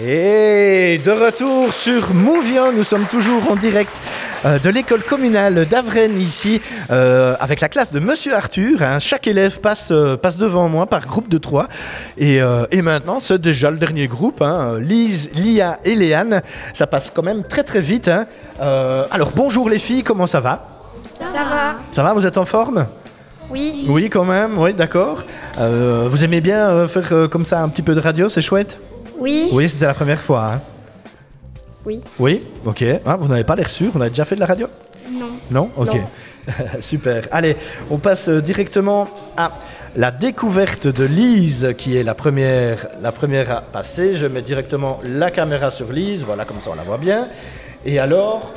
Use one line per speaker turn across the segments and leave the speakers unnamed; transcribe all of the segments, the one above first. Et de retour sur Mouvian, nous sommes toujours en direct euh, de l'école communale d'Avrennes ici, euh, avec la classe de Monsieur Arthur. hein. Chaque élève passe, euh, passe devant moi par groupe de trois. Et, euh, et maintenant, c'est déjà le dernier groupe. hein. Euh, Lise, Lia et Léane. Ça passe quand même très très vite. hein. Euh, alors bonjour les filles, comment ça va
Ça va
Ça va, vous êtes en forme
Oui.
Oui quand même, oui d'accord. Euh, vous aimez bien euh, faire euh, comme ça un petit peu de radio, c'est chouette
Oui.
Oui, c'était la première fois. hein.
Oui.
Oui, ok. Hein, vous n'avez pas l'air sûr, on a déjà fait de la radio
Non.
Non Ok.
Non.
Super. Allez, on passe euh, directement à la découverte de Lise, qui est la première, la première à passer. Je mets directement la caméra sur Lise, voilà, comme ça on la voit bien. Et alors,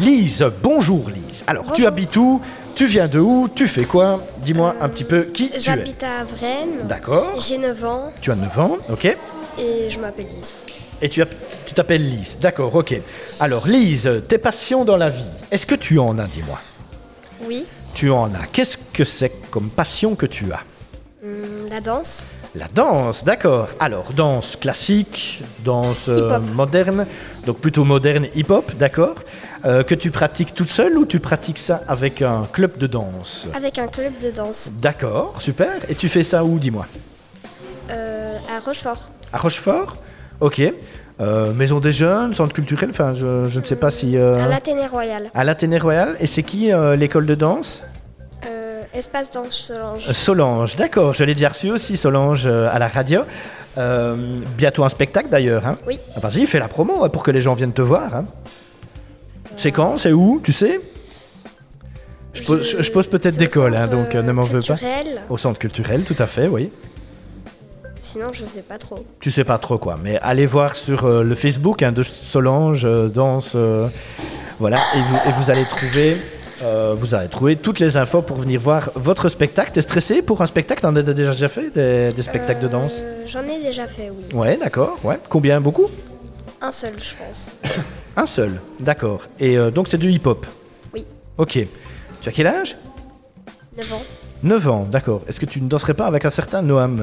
Lise, bonjour Lise. Alors, tu
Bonjour.
habites où Tu viens de où Tu fais quoi Dis-moi un petit peu qui tu es.
J'habite à Avrennes.
D'accord.
J'ai 9 ans
Tu as 9 ans, ok
et je m'appelle Lise.
Et tu as- tu t'appelles Lise, d'accord, ok. Alors Lise, tes passions dans la vie, est-ce que tu en as, dis-moi
Oui.
Tu en as. Qu'est-ce que c'est comme passion que tu as
Hum, la danse.
La danse, d'accord. Alors, danse classique, danse euh,
Hip-hop.
moderne, donc plutôt moderne hip-hop, d'accord Euh, Que tu pratiques toute seule ou tu pratiques ça avec un club de danse
Avec un club de danse
D'accord, super. Et tu fais ça où, dis-moi
euh, à Rochefort.
À Rochefort Ok. Euh, maison des jeunes, centre culturel, enfin, je, je ne sais pas si... euh,
À l'Athénée Royal.
À l'Athénée Royal. Et c'est qui euh, l'école de danse
Euh, espace danse Solange.
Euh, Solange, d'accord. Je l'ai déjà reçu aussi, Solange, euh, à la radio. Euh, bientôt un spectacle d'ailleurs. hein.
Oui.
Ah, Vas-y, fais la promo hein, pour que les gens viennent te voir. hein. C'est quand C'est où Tu sais je pose, je- je pose peut-être
c'est
des
au
cols, hein,
centre,
donc euh, ne
euh,
m'en veux pas. Oh.
culturel.
Au centre culturel, tout à fait, oui.
Sinon, je sais pas trop.
Tu sais pas trop quoi, mais allez voir sur euh, le Facebook hein, de Solange euh, Danse. euh, voilà, et vous, et vous allez trouver. euh, vous allez trouver toutes les infos pour venir voir votre spectacle. T'es stressé pour un spectacle T'en as déjà déjà fait des, des spectacles de danse Oh.
Euh, J'en ai déjà fait, oui.
Euh.
Ouais, d'accord. Ouais. Combien Beaucoup
Un seul, je pense.
Un seul. D'accord. Et euh, donc c'est du hip-hop.
Oui.
Ok. Tu as quel âge
9 ans.
9 ans, d'accord. Est-ce que tu ne danserais pas avec un certain Noam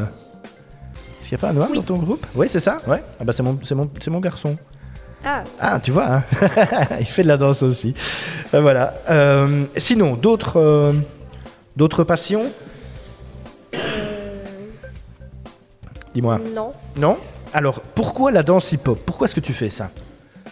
Est-ce qu'il n'y a pas un Noam
Oui.
dans ton groupe Oui, c'est ça Ouais. Ah bah c'est mon, c'est mon, c'est mon garçon.
Ah,
Ah, tu vois, hein il fait de la danse aussi. Ben voilà. Euh, sinon, d'autres euh, d'autres passions Dis-moi.
euh, non.
Non Alors, pourquoi la danse hip-hop Pourquoi est-ce que tu fais ça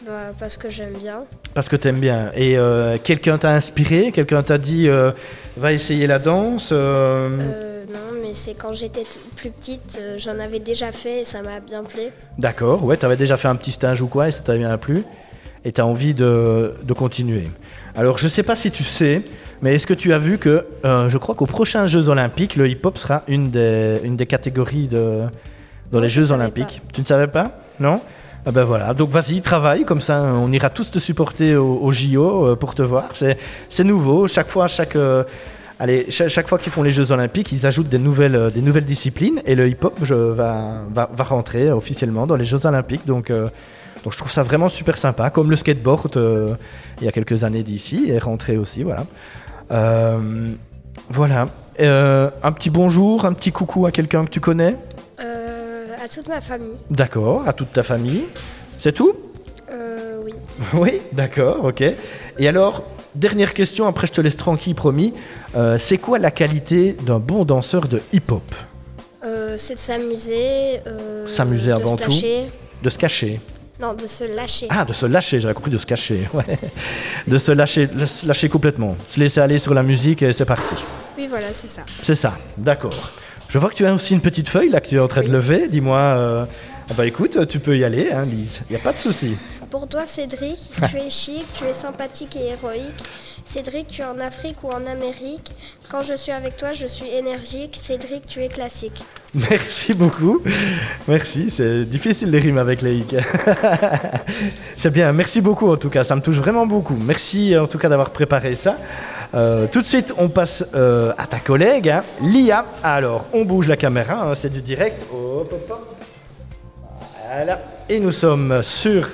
Bah, parce que j'aime bien.
Parce que t'aimes bien. Et euh, quelqu'un t'a inspiré Quelqu'un t'a dit euh, va essayer la danse euh,
Euh, non, mais c'est quand j'étais t- plus petite, euh, j'en avais déjà fait et ça m'a bien plu.
D'accord, ouais, t'avais déjà fait un petit stage ou quoi et ça t'a bien plu et t'as envie de, de continuer. Alors je sais pas si tu sais, mais est-ce que tu as vu que euh, je crois qu'aux prochains Jeux Olympiques, le hip-hop sera une des, une des catégories de, dans les
je
Jeux
savais
Olympiques Tu ne savais pas Non ah ben voilà, donc vas-y, travaille, comme ça on ira tous te supporter au, au JO euh, pour te voir. C'est c'est nouveau, chaque fois, chaque, euh, allez, cha- chaque, fois qu'ils font les Jeux Olympiques, ils ajoutent des nouvelles, euh, des nouvelles disciplines et le hip-hop je- va, va, va rentrer officiellement dans les Jeux Olympiques. Donc, euh, donc je trouve ça vraiment super sympa, comme le skateboard euh, il y a quelques années d'ici est rentré aussi, voilà. Euh, voilà. Euh, un petit bonjour, un petit coucou à quelqu'un que tu connais.
Euh, à toute ma famille,
D'accord, à toute ta famille. C'est tout
euh, oui.
Oui, d'accord, ok. Et alors, dernière question, après je te laisse tranquille, promis. Euh, c'est quoi la qualité d'un bon danseur de hip-hop
Euh, c'est de s'amuser. euh,
S'amuser
de
avant
se
tout.
lâcher.
De se cacher.
Non, de se lâcher.
Ah, de se lâcher, j'avais compris de se cacher. Ouais. De se lâcher, de se lâcher complètement. Se laisser aller sur la musique et c'est parti.
Oui, voilà, c'est ça.
C'est ça, d'accord. Je vois que tu as aussi une petite feuille là que tu es en train de lever. Dis-moi, euh, ah bah écoute, tu peux y aller, hein, Lise. Il n'y a pas de souci.
Pour toi, Cédric, tu es chic, tu es sympathique et héroïque. Cédric, tu es en Afrique ou en Amérique. Quand je suis avec toi, je suis énergique. Cédric, tu es classique.
Merci beaucoup. Merci. C'est difficile les rimes avec les hic. C'est bien. Merci beaucoup en tout cas. Ça me touche vraiment beaucoup. Merci en tout cas d'avoir préparé ça. Euh, tout de suite, on passe euh, à ta collègue, hein, Lia. Alors, on bouge la caméra. hein, C'est du direct. Hop, hop, hop. Voilà. Et nous sommes sur,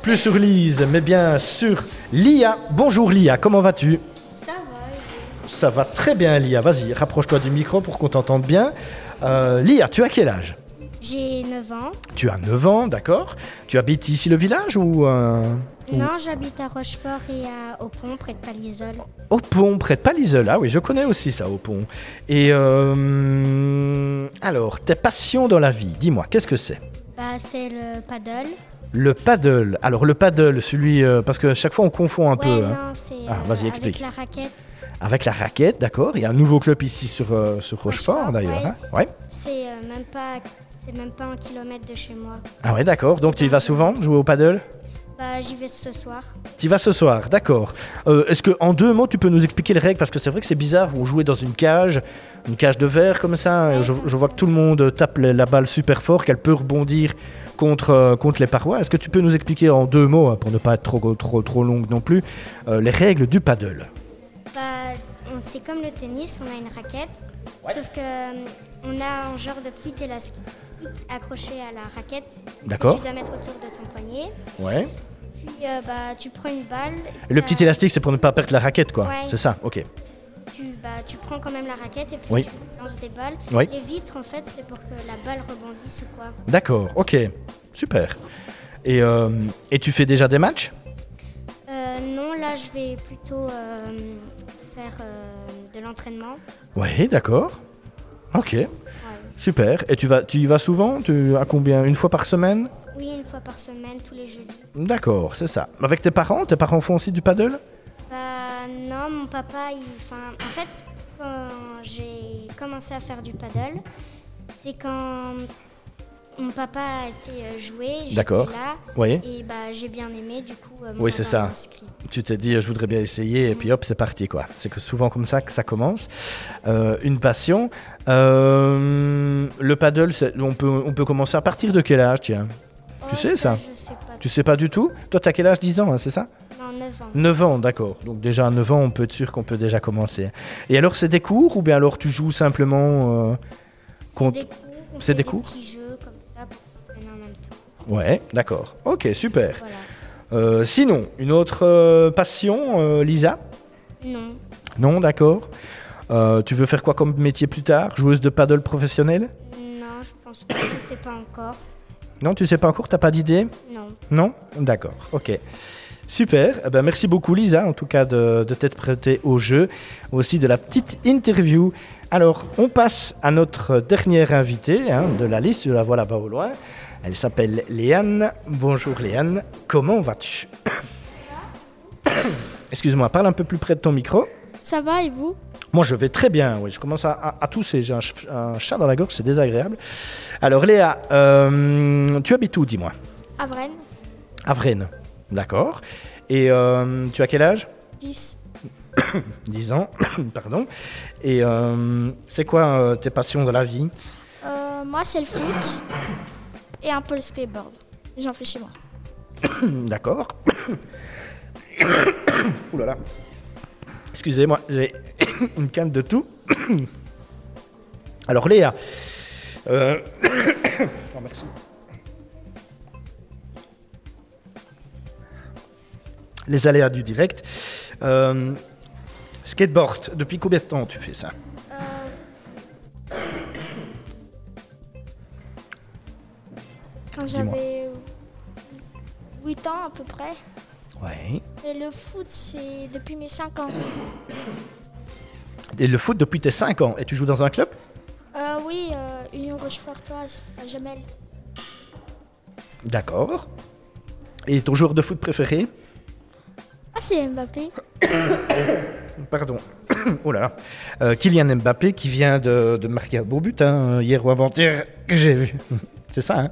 plus sur Lise, mais bien sur Lia. Bonjour Lia. Comment vas-tu
Ça va.
Ça va très bien, Lia. Vas-y, rapproche-toi du micro pour qu'on t'entende bien. Euh, Lia, tu as quel âge
J'ai 9 ans.
Tu as 9 ans, d'accord. Tu habites ici le village ou... euh, ou-
Non, j'habite à Rochefort et à Pont, près de Palaiseul.
Au pont, près de Palaiseul. Ah oui, je connais aussi ça, au pont. Et euh, alors, tes passions dans la vie, dis-moi, qu'est-ce que c'est
Bah, c'est le paddle.
Le paddle. Alors, le paddle, celui... euh, parce que chaque fois, on confond un
ouais,
peu. hein.
non, c'est
Ah,
euh,
vas-y, explique.
avec la raquette.
Avec la raquette, d'accord. Il y a un nouveau club ici sur,
Ah,
euh, sur Rochefort,
Rochefort,
d'ailleurs.
ouais.
hein. Ouais.
C'est euh, même pas, c'est même pas un kilomètre de chez moi.
Ah ouais, d'accord. Donc, tu y vas souvent jouer au paddle
Bah, j'y vais ce soir.
Tu y vas ce soir, d'accord. Euh, Est-ce que en deux mots, tu peux nous expliquer les règles Parce que c'est vrai que c'est bizarre, vous jouez dans une cage, une cage de verre comme ça. et Je, je vois que tout le monde tape la la balle super fort, qu'elle peut rebondir contre, euh, contre les parois. Est-ce que tu peux nous expliquer en deux mots, hein, pour ne pas être trop, trop, trop longue non plus, euh, les règles du paddle
Bah, on- c'est comme le tennis, on a une raquette, sauf que euh, on a un genre de petit élastique accroché à la raquette. que
D'accord.
Tu dois mettre autour de ton poignet.
Ouais.
Puis, euh, bah, tu prends une balle.
Le petit
euh,
élastique, c'est pour ne pas perdre la raquette, quoi.
Ouais.
C'est ça, ok.
tu, bah, tu prends quand même la raquette et puis
Oui.
tu lances des balles.
Oui.
Les vitres, en fait, c'est pour que la balle rebondisse ou quoi.
D'accord, ok. Super. Et, euh, et tu fais déjà des matchs
Euh, non, là, je vais plutôt euh, faire euh, de l'entraînement.
Ouais, d'accord. Ok.
Ouais.
Super. Et tu vas, tu y vas souvent Tu à combien Une fois par semaine
Oui, une fois par semaine, tous les jeudis.
D'accord, c'est ça. Avec tes parents Tes parents font aussi du paddle
Bah non, mon papa, il, enfin, en fait, quand j'ai commencé à faire du paddle, c'est quand mon papa a été euh, joué, j'étais
D'accord.
là,
Oui.
et bah j'ai bien aimé, du coup, euh, mon
Oui,
papa
c'est ça.
m'a inscrit.
Tu t'es dit, je voudrais bien essayer, et puis hop, c'est parti, quoi. C'est que souvent comme ça que ça commence. Euh, une passion. Euh, le paddle, c'est- on peut, on peut commencer à partir de quel âge, tiens Tu
Oh,
sais ça
Je sais pas.
Tu sais pas du tout Toi, t'as quel âge 10 ans, hein, c'est ça
Non, 9 ans.
9 ans, d'accord. Donc déjà à 9 ans, on peut être sûr qu'on peut déjà commencer. Et alors, c'est des cours ou bien alors tu joues simplement euh,
C'est
contre-
des cours, on
c'est
fait
des cours
petits jeux comme ça pour s'entraîner en même temps.
Ouais, d'accord. Ok, super.
Voilà.
Euh, sinon, une autre euh, passion, euh, Lisa
Non,
Non, d'accord. Euh, tu veux faire quoi comme métier plus tard Joueuse de paddle professionnelle
non, je pense pas, je sais pas encore.
Non, tu sais pas encore, t'as pas d'idée
Non.
Non D'accord, ok. Super, Eh ben, merci beaucoup Lisa en tout cas de, de t'être prêtée au jeu, aussi de la petite interview. Alors on passe à notre dernière invitée hein, de la liste, je la vois là-bas au loin. Elle s'appelle Léane. Bonjour Léane, comment vas-tu Excuse-moi, parle un peu plus près de ton micro.
Ça va et vous
Moi, je vais très bien. Oui, je commence à, à- à tousser. J'ai un, ch- un chat dans la gorge, c'est désagréable. Alors, Léa, euh, tu habites où, dis-moi
À Vren
À Vraine. D'accord. Et euh, tu as quel âge
10.
10 ans, pardon. Et euh, c'est quoi euh, tes passions dans la vie
Euh, moi, c'est le foot et un peu le skateboard. J'en fais chez moi.
D'accord. Ouh là là. Excusez-moi, j'ai une canne de tout. Alors Léa, euh, oh, merci. Les aléas du direct. Euh, Skateboard, depuis combien de temps tu fais ça
Quand
Dis-moi.
j'avais 8 ans à peu près.
Ouais.
Et le foot, c'est depuis mes 5 ans.
Et le foot depuis tes 5 ans. Et tu joues dans un club
Euh, oui, euh, Union Rochefortoise, à Jamel.
D'accord. Et ton joueur de foot préféré
Ah, c'est Mbappé.
Pardon. oh là là. Euh, Kylian Mbappé qui vient de, de marquer un beau but hein, hier ou avant-hier que j'ai vu. C'est ça, hein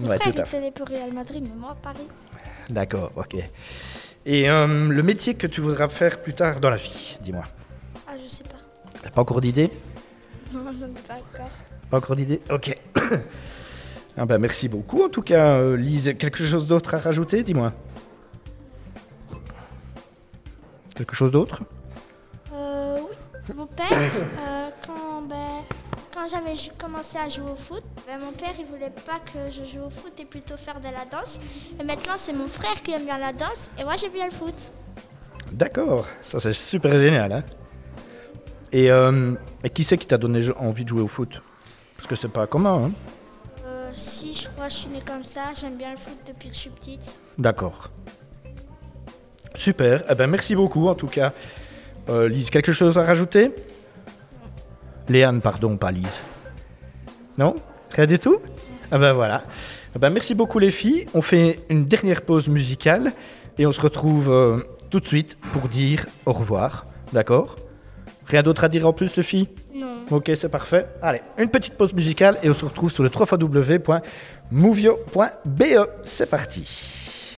Mon
Ouais,
frère
tout à fait.
était allé pour Real Madrid, mais moi, à Paris.
D'accord, ok. Et euh, le métier que tu voudras faire plus tard dans la vie, dis-moi.
Ah, je sais pas.
T'as pas encore d'idée
Non, je n'en ai pas encore.
Pas encore d'idée Ok. ah bah, merci beaucoup en tout cas, euh, Lise. Quelque chose d'autre à rajouter, dis-moi Quelque chose d'autre
Euh, oui. Mon père, euh, quand, ben, quand j'avais ju- commencé à jouer au foot, ben, mon père il voulait pas que je joue au foot et plutôt faire de la danse. Et maintenant c'est mon frère qui aime bien la danse et moi j'aime bien le foot.
D'accord, ça c'est super génial. hein. et, euh, et qui c'est qui t'a donné jo- envie de jouer au foot Parce que c'est pas commun. hein.
si, je crois que je suis née comme ça. J'aime bien le foot depuis que je suis petite.
D'accord. Super. Eh ben, merci beaucoup, en tout cas. Euh, Lise, quelque chose à rajouter Léane, pardon, pas Lise. Non Rien du tout Ah ben voilà. Eh ben, merci beaucoup, les filles. On fait une dernière pause musicale et on se retrouve euh, tout de suite pour dire au revoir. D'accord Rien d'autre à dire en plus, les filles
Non.
Ok, c'est parfait. Allez, une petite pause musicale et on se retrouve sur le www.movio.be. e. C'est parti.